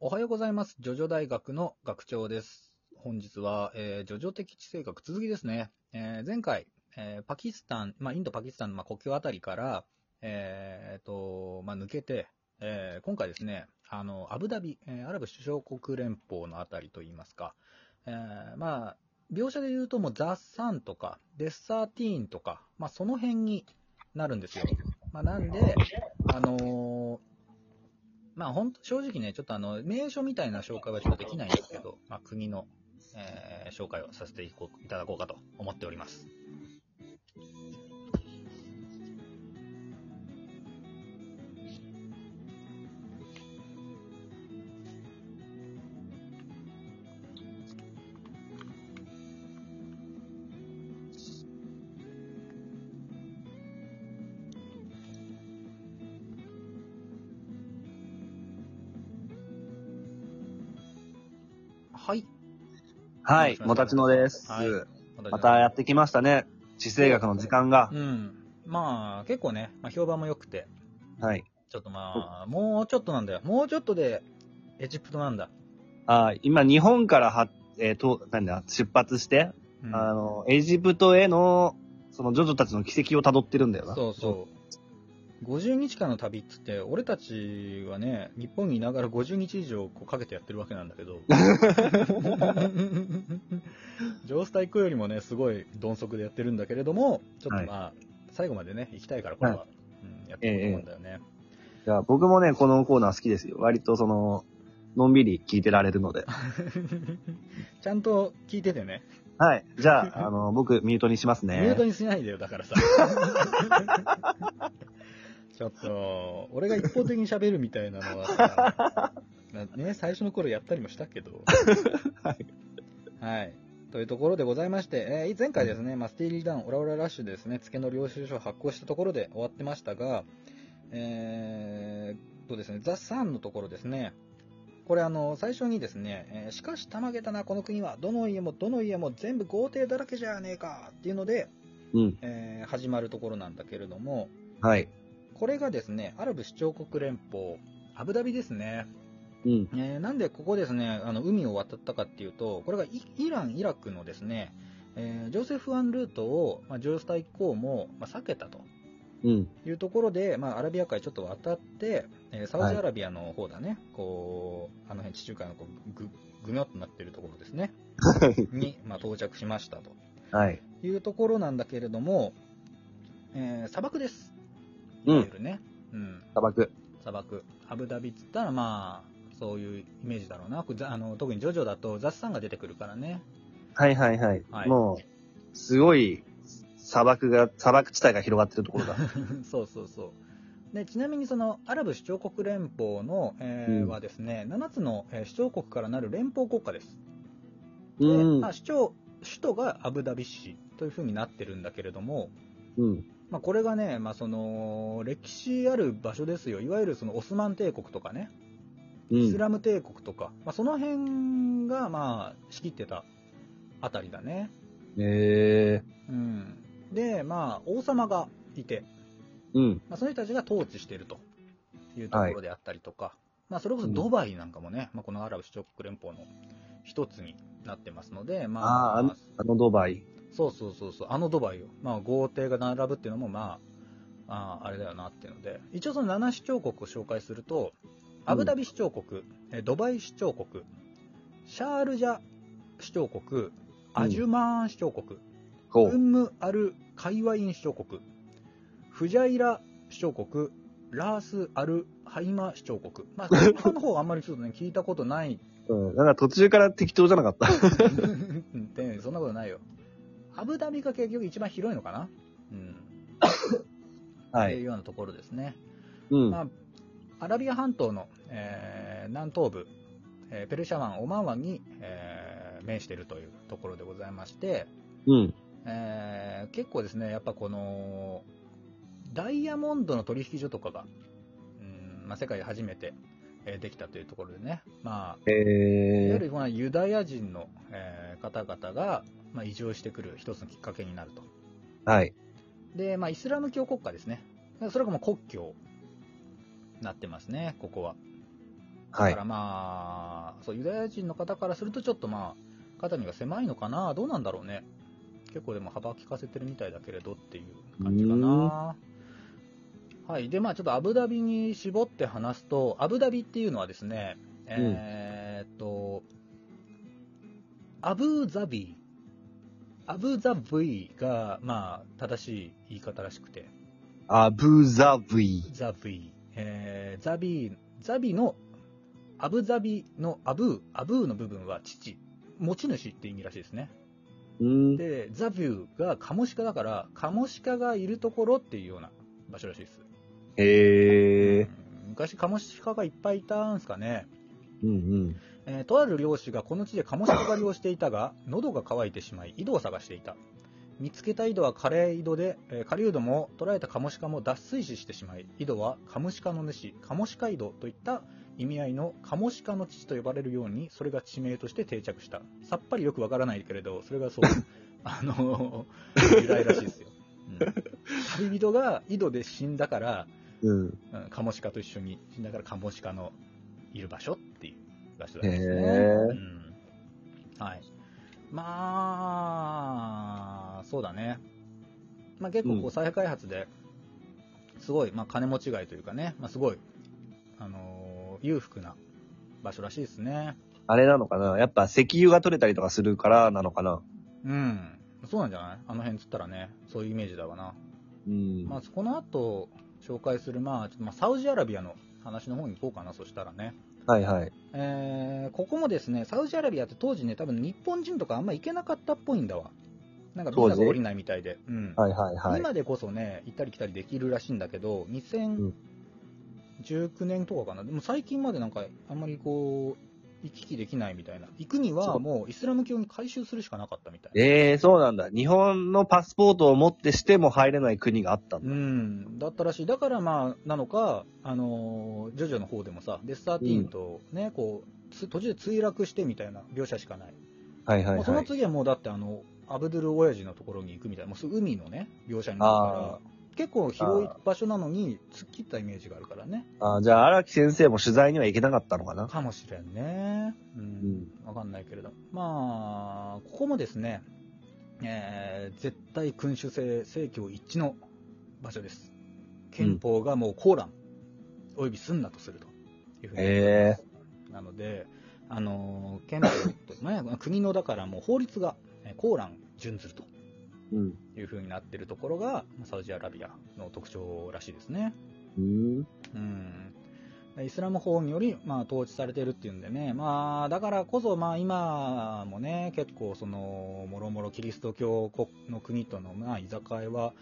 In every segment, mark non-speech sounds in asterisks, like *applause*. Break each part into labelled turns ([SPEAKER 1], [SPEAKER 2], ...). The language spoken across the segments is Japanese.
[SPEAKER 1] おはようございます。ジョジョ大学の学長です。本日は、えージョジョ的地政学続きですね。えー前回、えーパキスタン、まあ、インド・パキスタンの、まあ、国境あたりから、えーと、まあ、抜けて、えー今回ですね、あの、アブダビ、えーアラブ首相国連邦のあたりといいますか、えーまあ、描写で言うともうザ・サンとか、デッサーティーンとか、まあ、その辺になるんですよ。まあ、なんで、あのーまあ、ほんと正直ね、ちょっとあの、名所みたいな紹介はちょっとできないんですけど、まあ、国の、えー紹介をさせていこういただこうかと思っております。はい。
[SPEAKER 2] はい、
[SPEAKER 1] お
[SPEAKER 2] も
[SPEAKER 1] 願い
[SPEAKER 2] た
[SPEAKER 1] し
[SPEAKER 2] ち
[SPEAKER 1] ま
[SPEAKER 2] の
[SPEAKER 1] す
[SPEAKER 2] です。
[SPEAKER 1] は
[SPEAKER 2] またやってきましたね。地政学の時間が
[SPEAKER 1] う。ん。まあ、結構ね、まあ、評判も良くて、
[SPEAKER 2] はい。
[SPEAKER 1] ちょっとまあ、もうちょっとなんだよ。もうちょっとで、エジプトなんだ。
[SPEAKER 2] あー今、日本からは、えーと、なんだ、出発して、
[SPEAKER 1] うん
[SPEAKER 2] あの、エジプトへの、その、ジョジョたちの軌跡を辿ってるんだよな。
[SPEAKER 1] そうそう。50日間の旅っつって、俺たちはね、日本にいながら50日以上こうかけてやってるわけなんだけど、ジョースタイクよりもね、すごい鈍足でやってるんだけれども、ちょっとまあ、最後までね、行きたいから、これは、うん、やっていこうと思うんだよね。
[SPEAKER 2] いや僕もね、このコーナー好きですよ。割と、その、のんびり聞いてられるので。
[SPEAKER 1] *laughs* ちゃんと聞いててね。
[SPEAKER 2] はい。じゃ
[SPEAKER 1] *laughs*
[SPEAKER 2] あ、あの、僕、ミュートにしますね。
[SPEAKER 1] ミュートにしないでよ、だからさ。ちょっと、俺が一方的に喋るみたいなのはさ、 *laughs* なね、最初の頃やったりもしたけど。はい。というところでございまして、えー前回ですね、まあ、スティーリーダウン、オラオララッシュですね、付けの領収書を発行したところで終わってましたが、えーっとですね、ザ・サンのところですね、これあの、最初にですね、えーしかしたまげたな、この国は、どの家もどの家も全部豪邸だらけじゃねえかっていうので、
[SPEAKER 2] うん。
[SPEAKER 1] えー始まるところなんだけれども、
[SPEAKER 2] はい。
[SPEAKER 1] これがですね、アラブ首長国連邦、アブダビですね。
[SPEAKER 2] うん。
[SPEAKER 1] えーなんでここですね、あの海を渡ったかっていうと、これがイイラン、イラクのですね、えージョセフ・アンルートを、まあ、ジョースタ以降も、まあ避けたと
[SPEAKER 2] うん。
[SPEAKER 1] いうところで、まあ、アラビア海ちょっと渡って、えーサウジアラビアの方だね、こう、あの辺地中海のこうぐ、ぐにょっとなってるところですね、に、まあ、到着しましたと
[SPEAKER 2] はい。
[SPEAKER 1] いうところなんだけれども、えー砂漠です。
[SPEAKER 2] う
[SPEAKER 1] いわゆ
[SPEAKER 2] ん。
[SPEAKER 1] るね、うん、
[SPEAKER 2] 砂漠。
[SPEAKER 1] 砂漠、アブダビっつったら、まあ、そういうイメージだろうな、これざあの特にジョジョだと、ザッサンが出てくるからね、 *laughs*
[SPEAKER 2] はいはいはい。
[SPEAKER 1] はい
[SPEAKER 2] もう、すごい、砂漠が、砂漠地帯が広がってるところだ。
[SPEAKER 1] そうそうそう。でちなみにそのアラブ首長国連邦の、えー
[SPEAKER 2] うん
[SPEAKER 1] はですね7つのえー首長国からなる連邦国家です、で
[SPEAKER 2] うん。
[SPEAKER 1] まあ、首長首都がアブダビ市というふうになってるんだけれども、
[SPEAKER 2] うん。
[SPEAKER 1] まあ、これがね、まあ、その歴史ある場所ですよいわゆるそのオスマン帝国とかね、
[SPEAKER 2] う
[SPEAKER 1] イス
[SPEAKER 2] ん。
[SPEAKER 1] ラム帝国とか、まあ、その辺がまあ仕切ってたあたりだね、
[SPEAKER 2] ええ
[SPEAKER 1] うん、でまあ王様がいて、
[SPEAKER 2] うん。
[SPEAKER 1] まあ、その人たちが統治してるというところであったりとか、まあ、それこそドバイなんかもね、まあ、このアラブ首長国連邦の一つになってますので、まあ
[SPEAKER 2] あー
[SPEAKER 1] まあ
[SPEAKER 2] あのドバイ。
[SPEAKER 1] そうそうそうそうあのドバイを、まあ、豪邸が並ぶっていうのもまああーあれだよなっていうので一応その7市長国を紹介するとアブダビ市長国、えドバイ市長国シャールジャ市長国アジュマーン市長国、
[SPEAKER 2] ほ
[SPEAKER 1] ウ。ンムアル・カイワイン市長国フジャイラ市長国ラース・アル・ハイマ市長国まあ後半の方はあんまりちょっとね *laughs* 聞いたことない
[SPEAKER 2] うん。なんか途中から適当じゃな
[SPEAKER 1] *laughs*
[SPEAKER 2] かった。
[SPEAKER 1] ってそんなことないよアブダビが結局一番広いのかなうん
[SPEAKER 2] は
[SPEAKER 1] ってい
[SPEAKER 2] い。
[SPEAKER 1] うようなところですね。
[SPEAKER 2] うん。
[SPEAKER 1] まあ、アラビア半島の、えー南東部、えーペルシャ湾、オマーン湾に、えー面しているというところでございまして、
[SPEAKER 2] うん。
[SPEAKER 1] えー結構ですね、やっぱこの、ダイヤモンドの取引所とかが、うんまあ、世界で初めて、えーできたというところでね、まあ、
[SPEAKER 2] え
[SPEAKER 1] いわゆ
[SPEAKER 2] え
[SPEAKER 1] るまあユダヤ人の、えー方々が、まあ、移住してくる一つのきっかけになると。
[SPEAKER 2] はい。
[SPEAKER 1] で、まあ、イスラム教国家ですね。それがもう国教になってますね、ここは。だ
[SPEAKER 2] は
[SPEAKER 1] か
[SPEAKER 2] い
[SPEAKER 1] ら。まあ、そう、ユダヤ人の方からすると、ちょっとまあ、肩身が狭いのかな、どうなんだろうね。結構でも幅利かせてるみたいだけれどっていう感じかな。はい。で、まあ、ちょっとアブダビに絞って話すと、アブダビっていうのはですね、えーっと、アブザビー。アブザビーが、まあ、正しい言い方らしくて、
[SPEAKER 2] アブザブイ。
[SPEAKER 1] ザビー、えーザビー、ザビーの、アブザビーのアブー、アブーの部分は父、持ち主って意味らしいですね。
[SPEAKER 2] うん。
[SPEAKER 1] で、ザビューがカモシカだから、カモシカがいるところっていうような場所らしいです。
[SPEAKER 2] へえ。
[SPEAKER 1] うん昔カモシカがいっぱいいたんですかね。
[SPEAKER 2] うんうん。
[SPEAKER 1] えーとある猟師がこの地でカモシカ狩りをしていたが、喉が渇いてしまい、井戸を探していた。見つけた井戸はカレー井戸で、えー、カリウドも捕らえたカモシカも脱水死してしまい、井戸はカモシカの主、カモシカ井戸といった意味合いのカモシカの父と呼ばれるように、それが地名として定着した。さっぱりよくわからないけれど、それがそう、あのー由来らしいですよ。うん旅人が井戸で死んだから、
[SPEAKER 2] うん。
[SPEAKER 1] うんカモシカと一緒に死んだからカモシカのいる場所っていう場所なんですね。
[SPEAKER 2] へー
[SPEAKER 1] うん、はい。まあ、そうだね。まあ結構こ
[SPEAKER 2] う
[SPEAKER 1] うん再開発で、すごい、まあ金持ち街というかね、まあすごい、あのー裕福な場所らしいですね。
[SPEAKER 2] あれなのかなやっぱ石油が取れたりとかするからなのかな
[SPEAKER 1] うん。そうなんじゃないあの辺つったらね、そういうイメージだわな。
[SPEAKER 2] うん
[SPEAKER 1] まあこの後紹介する、まあ、ちょっとまあサウジアラビアの話の方に行こうかな、そしたらね。
[SPEAKER 2] はいはい。
[SPEAKER 1] えーここもですね、サウジアラビアって当時ね、多分日本人とかあんま行けなかったっぽいんだわ。なんかビザが下りないみたいで。うん
[SPEAKER 2] はいはいはい。
[SPEAKER 1] 今でこそね、行ったり来たりできるらしいんだけど、2019年とかかな。でも最近までなんかあんまりこう、行き来できないみたいな。行くにはもうイスラム教に改宗するしかなかったみたいな。
[SPEAKER 2] ええー、そうなんだ。日本のパスポートを持ってしても入れない国があったん
[SPEAKER 1] う
[SPEAKER 2] だ。
[SPEAKER 1] ん、だったらしい。だからまあ、なのか、あのージョジョの方でもさ、デスターティーンとね、こう、つ途中で墜落してみたいな描写しかない。
[SPEAKER 2] はいはい
[SPEAKER 1] もうそ
[SPEAKER 2] は
[SPEAKER 1] の
[SPEAKER 2] い。
[SPEAKER 1] 次はもうだってあのアブドゥル親父のところに行くみたいなもうすぐ海のね描写になる
[SPEAKER 2] あ
[SPEAKER 1] から結構広い場所なのに突っ切ったイメージがあるからね
[SPEAKER 2] あーじゃあ荒木先生も取材には行けなかったのかな
[SPEAKER 1] かもしれんねうん、わかんないけれどまあここもですね、えー絶対君主制政教一致の場所です憲法がもうコーランおよびすんなとするというふうに言われますなのであのー憲法と、ね、国のだからもう法律がえーコーラン準ずると
[SPEAKER 2] うん。
[SPEAKER 1] いう風になってるところがまあサウジアラビアの特徴らしいですね。
[SPEAKER 2] うん。
[SPEAKER 1] うん、イスラム法により、まあ、統治されてるっていうんでね、まあ、だからこそ、まあ、今もね結構そのもろもろキリスト教国の国との、まあ、いざかいは、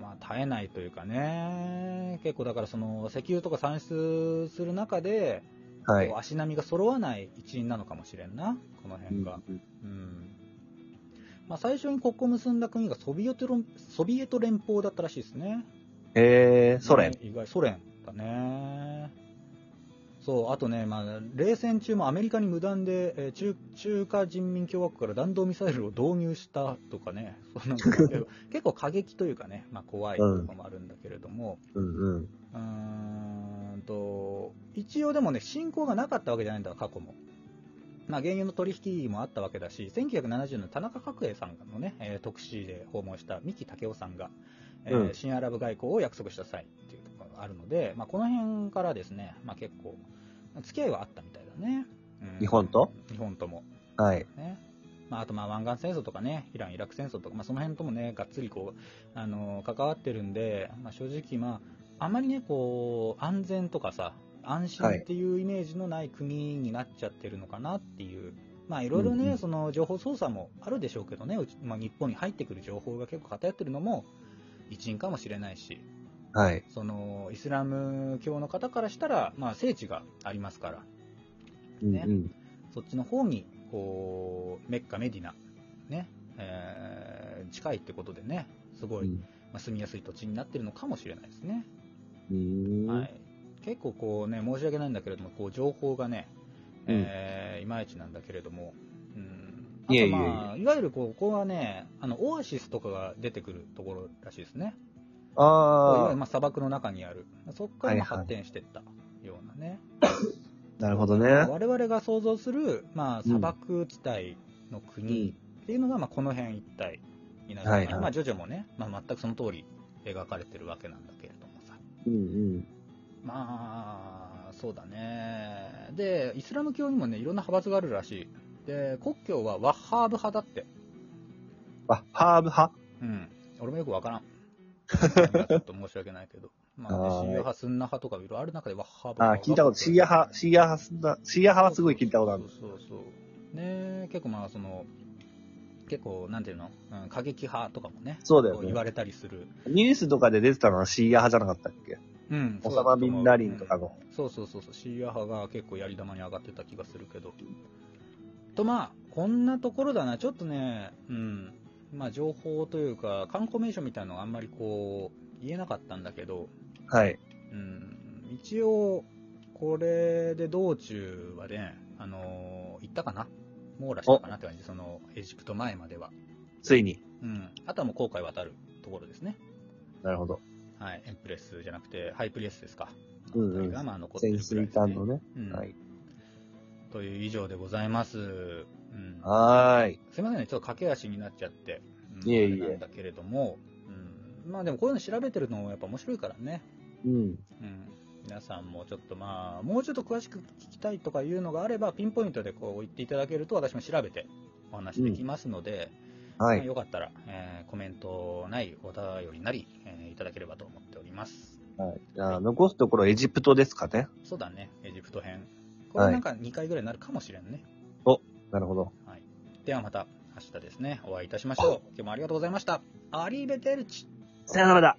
[SPEAKER 1] まあ、絶えないというかね結構だからその石油とか産出する中で、
[SPEAKER 2] はい
[SPEAKER 1] こう。足並みが揃わない一因なのかもしれんなこの辺が。う
[SPEAKER 2] うん
[SPEAKER 1] んまあ、最初に国交を結んだ国がソビエトロンソビエト連邦だったらしいですね。
[SPEAKER 2] ええー、ソ連
[SPEAKER 1] ね。意外ソ連だね。そう、あとね、まあ、冷戦中もアメリカに無断で、えー中中華人民共和国から弾道ミサイルを導入したとかね、そう
[SPEAKER 2] *laughs*
[SPEAKER 1] なんか結構結構過激というかね、まあ、怖いところもあるんだけれども、
[SPEAKER 2] うんうん。
[SPEAKER 1] うーんと一応でもね信仰がなかったわけじゃないんだ過去も、まあ、原油の取引もあったわけだし1970年田中角栄さんのね、えー特使で訪問した三木武夫さんが、えー
[SPEAKER 2] うん
[SPEAKER 1] 新アラブ外交を約束した際っていうところがあるので、まあ、この辺からですね、まあ、結構付き合いはあったみたいだね、うん
[SPEAKER 2] 日本と
[SPEAKER 1] 日本とも
[SPEAKER 2] はい。
[SPEAKER 1] ねまあ、あとまあ湾岸戦争とかね、イラン・イラク戦争とか、まあ、その辺ともね、がっつりこう、あのー関わってるんで、まあ、正直、まあ、あまりね、こう、安全とかさ、安心っていうイメージのない国になっちゃってるのかなっていう、まあ、いろいろ
[SPEAKER 2] うんう
[SPEAKER 1] ね、
[SPEAKER 2] ん
[SPEAKER 1] その情報操作もあるでしょうけどね、うちまあ、日本に入ってくる情報が結構偏ってるのも一因かもしれないし、
[SPEAKER 2] はい。
[SPEAKER 1] そのイスラム教の方からしたら、まあ、聖地がありますから、
[SPEAKER 2] うんうん。
[SPEAKER 1] そっちの方に、こう、メッカ、メディナ、ね、えー近いってことでね、すごい、
[SPEAKER 2] うん
[SPEAKER 1] まあ住みやすい土地になってるのかもしれないですね。
[SPEAKER 2] うん
[SPEAKER 1] はい。結構こうね、申し訳ないんだけれども、こう、情報がね、えーいまいちなんだけれども、うん。あ
[SPEAKER 2] い
[SPEAKER 1] と
[SPEAKER 2] えいえいえ
[SPEAKER 1] まあ、いわゆるこう、ここはね、あの、オアシスとかが出てくるところらしいですね。いわゆ
[SPEAKER 2] あ
[SPEAKER 1] る
[SPEAKER 2] あ。
[SPEAKER 1] まあ砂漠の中にある。そこからまあ
[SPEAKER 2] はいはい
[SPEAKER 1] 発展していったようなね。
[SPEAKER 2] なるほどね。
[SPEAKER 1] 我々が想像する、まあ、砂漠地帯の国っていうのが、まあ、この辺一帯になる、
[SPEAKER 2] はいはい
[SPEAKER 1] まあ、ジョジョもね、まあ、全くその通り描かれてるわけなんだけれどもさ
[SPEAKER 2] うんうん。
[SPEAKER 1] まあそうだねでイスラム教にもねいろんな派閥があるらしいで国教はワッハーブ派だって
[SPEAKER 2] あ、ハーブ派
[SPEAKER 1] うん俺もよくわ
[SPEAKER 2] *laughs*
[SPEAKER 1] からんちょっと申し訳ないけど、まあね、
[SPEAKER 2] は
[SPEAKER 1] シー
[SPEAKER 2] ーい
[SPEAKER 1] ア派、スンナ派とかいろいろある中でワッハーブ
[SPEAKER 2] あ、聞いたこと、シーア派、シーア派すな、シーア派はすごい聞いたことある。
[SPEAKER 1] そうそうそうそうねえ結構まあその結構なんていうの、うん、過激派とかもね
[SPEAKER 2] そうだよ
[SPEAKER 1] こ言
[SPEAKER 2] ね。
[SPEAKER 1] われたりする
[SPEAKER 2] ニュースとかで出てたのはシーア派じゃなかったっけ
[SPEAKER 1] うん
[SPEAKER 2] オサマ・ビン・ラリンとか
[SPEAKER 1] の、
[SPEAKER 2] の。
[SPEAKER 1] うんそうそうそうそうシーア派が結構やり玉に上がってた気がするけどとまあこんなところだなちょっとねうんまあ情報というか観光名所みたいなのがあんまりこう言えなかったんだけど
[SPEAKER 2] はい。
[SPEAKER 1] うん一応これで道中はねあのー行ったかな網羅したかなって感じそのエジプト前までは
[SPEAKER 2] ついに。
[SPEAKER 1] うんあとはもう航海渡るところですね
[SPEAKER 2] なるほど。
[SPEAKER 1] はいエンプレスじゃなくてハイプレスですか
[SPEAKER 2] うんう
[SPEAKER 1] あ
[SPEAKER 2] ん
[SPEAKER 1] の辺がまあ残って
[SPEAKER 2] 潜
[SPEAKER 1] るくらい
[SPEAKER 2] 水
[SPEAKER 1] ですね
[SPEAKER 2] 艦のね。
[SPEAKER 1] うん
[SPEAKER 2] はい。
[SPEAKER 1] という以上でございます、うん、
[SPEAKER 2] はーい。
[SPEAKER 1] すいませんねちょっと駆け足になっちゃって、うん
[SPEAKER 2] いえいえ
[SPEAKER 1] あれなんだけれども、うん、まあでもこういうの調べてるのもやっぱ面白いからね
[SPEAKER 2] うん。
[SPEAKER 1] うん、皆さんもちょっとまあもうちょっと詳しく聞きたいとかいうのがあればピンポイントでこう言っていただけると私も調べてお話できますので、ま
[SPEAKER 2] は
[SPEAKER 1] あ
[SPEAKER 2] い。
[SPEAKER 1] よかったら、えーコメントないお便りなり、えーいただければと思っております
[SPEAKER 2] はい、じゃあ残すところエジプトですかね。
[SPEAKER 1] そうだねエジプト編これなんか2回ぐらいになるかもしれんね、
[SPEAKER 2] なるほど。
[SPEAKER 1] はい、ではまた明日ですねお会いいたしましょう今日もありがとうございましたアリーベテルチ
[SPEAKER 2] さよならだ。